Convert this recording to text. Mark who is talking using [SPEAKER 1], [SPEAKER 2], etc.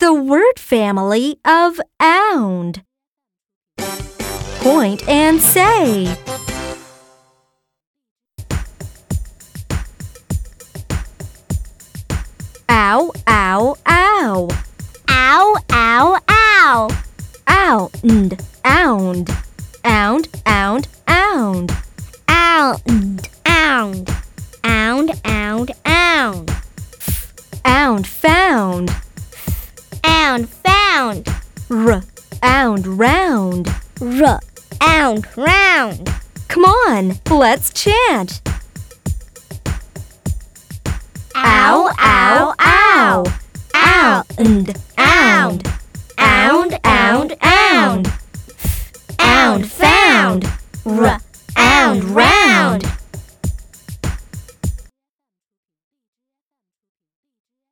[SPEAKER 1] the word family of ound. Point and say. Ow, ow, ow.
[SPEAKER 2] Ow, ow, ow.
[SPEAKER 1] Ound, ound. Ound, ound, ound.
[SPEAKER 2] Ound, ound. Ound, ound, ound.
[SPEAKER 1] Ound, found.
[SPEAKER 2] Ound, found.
[SPEAKER 1] R, ound, round.
[SPEAKER 2] R, ound, round.
[SPEAKER 1] Come on, let's chant. Ow, ow, ow. Ound,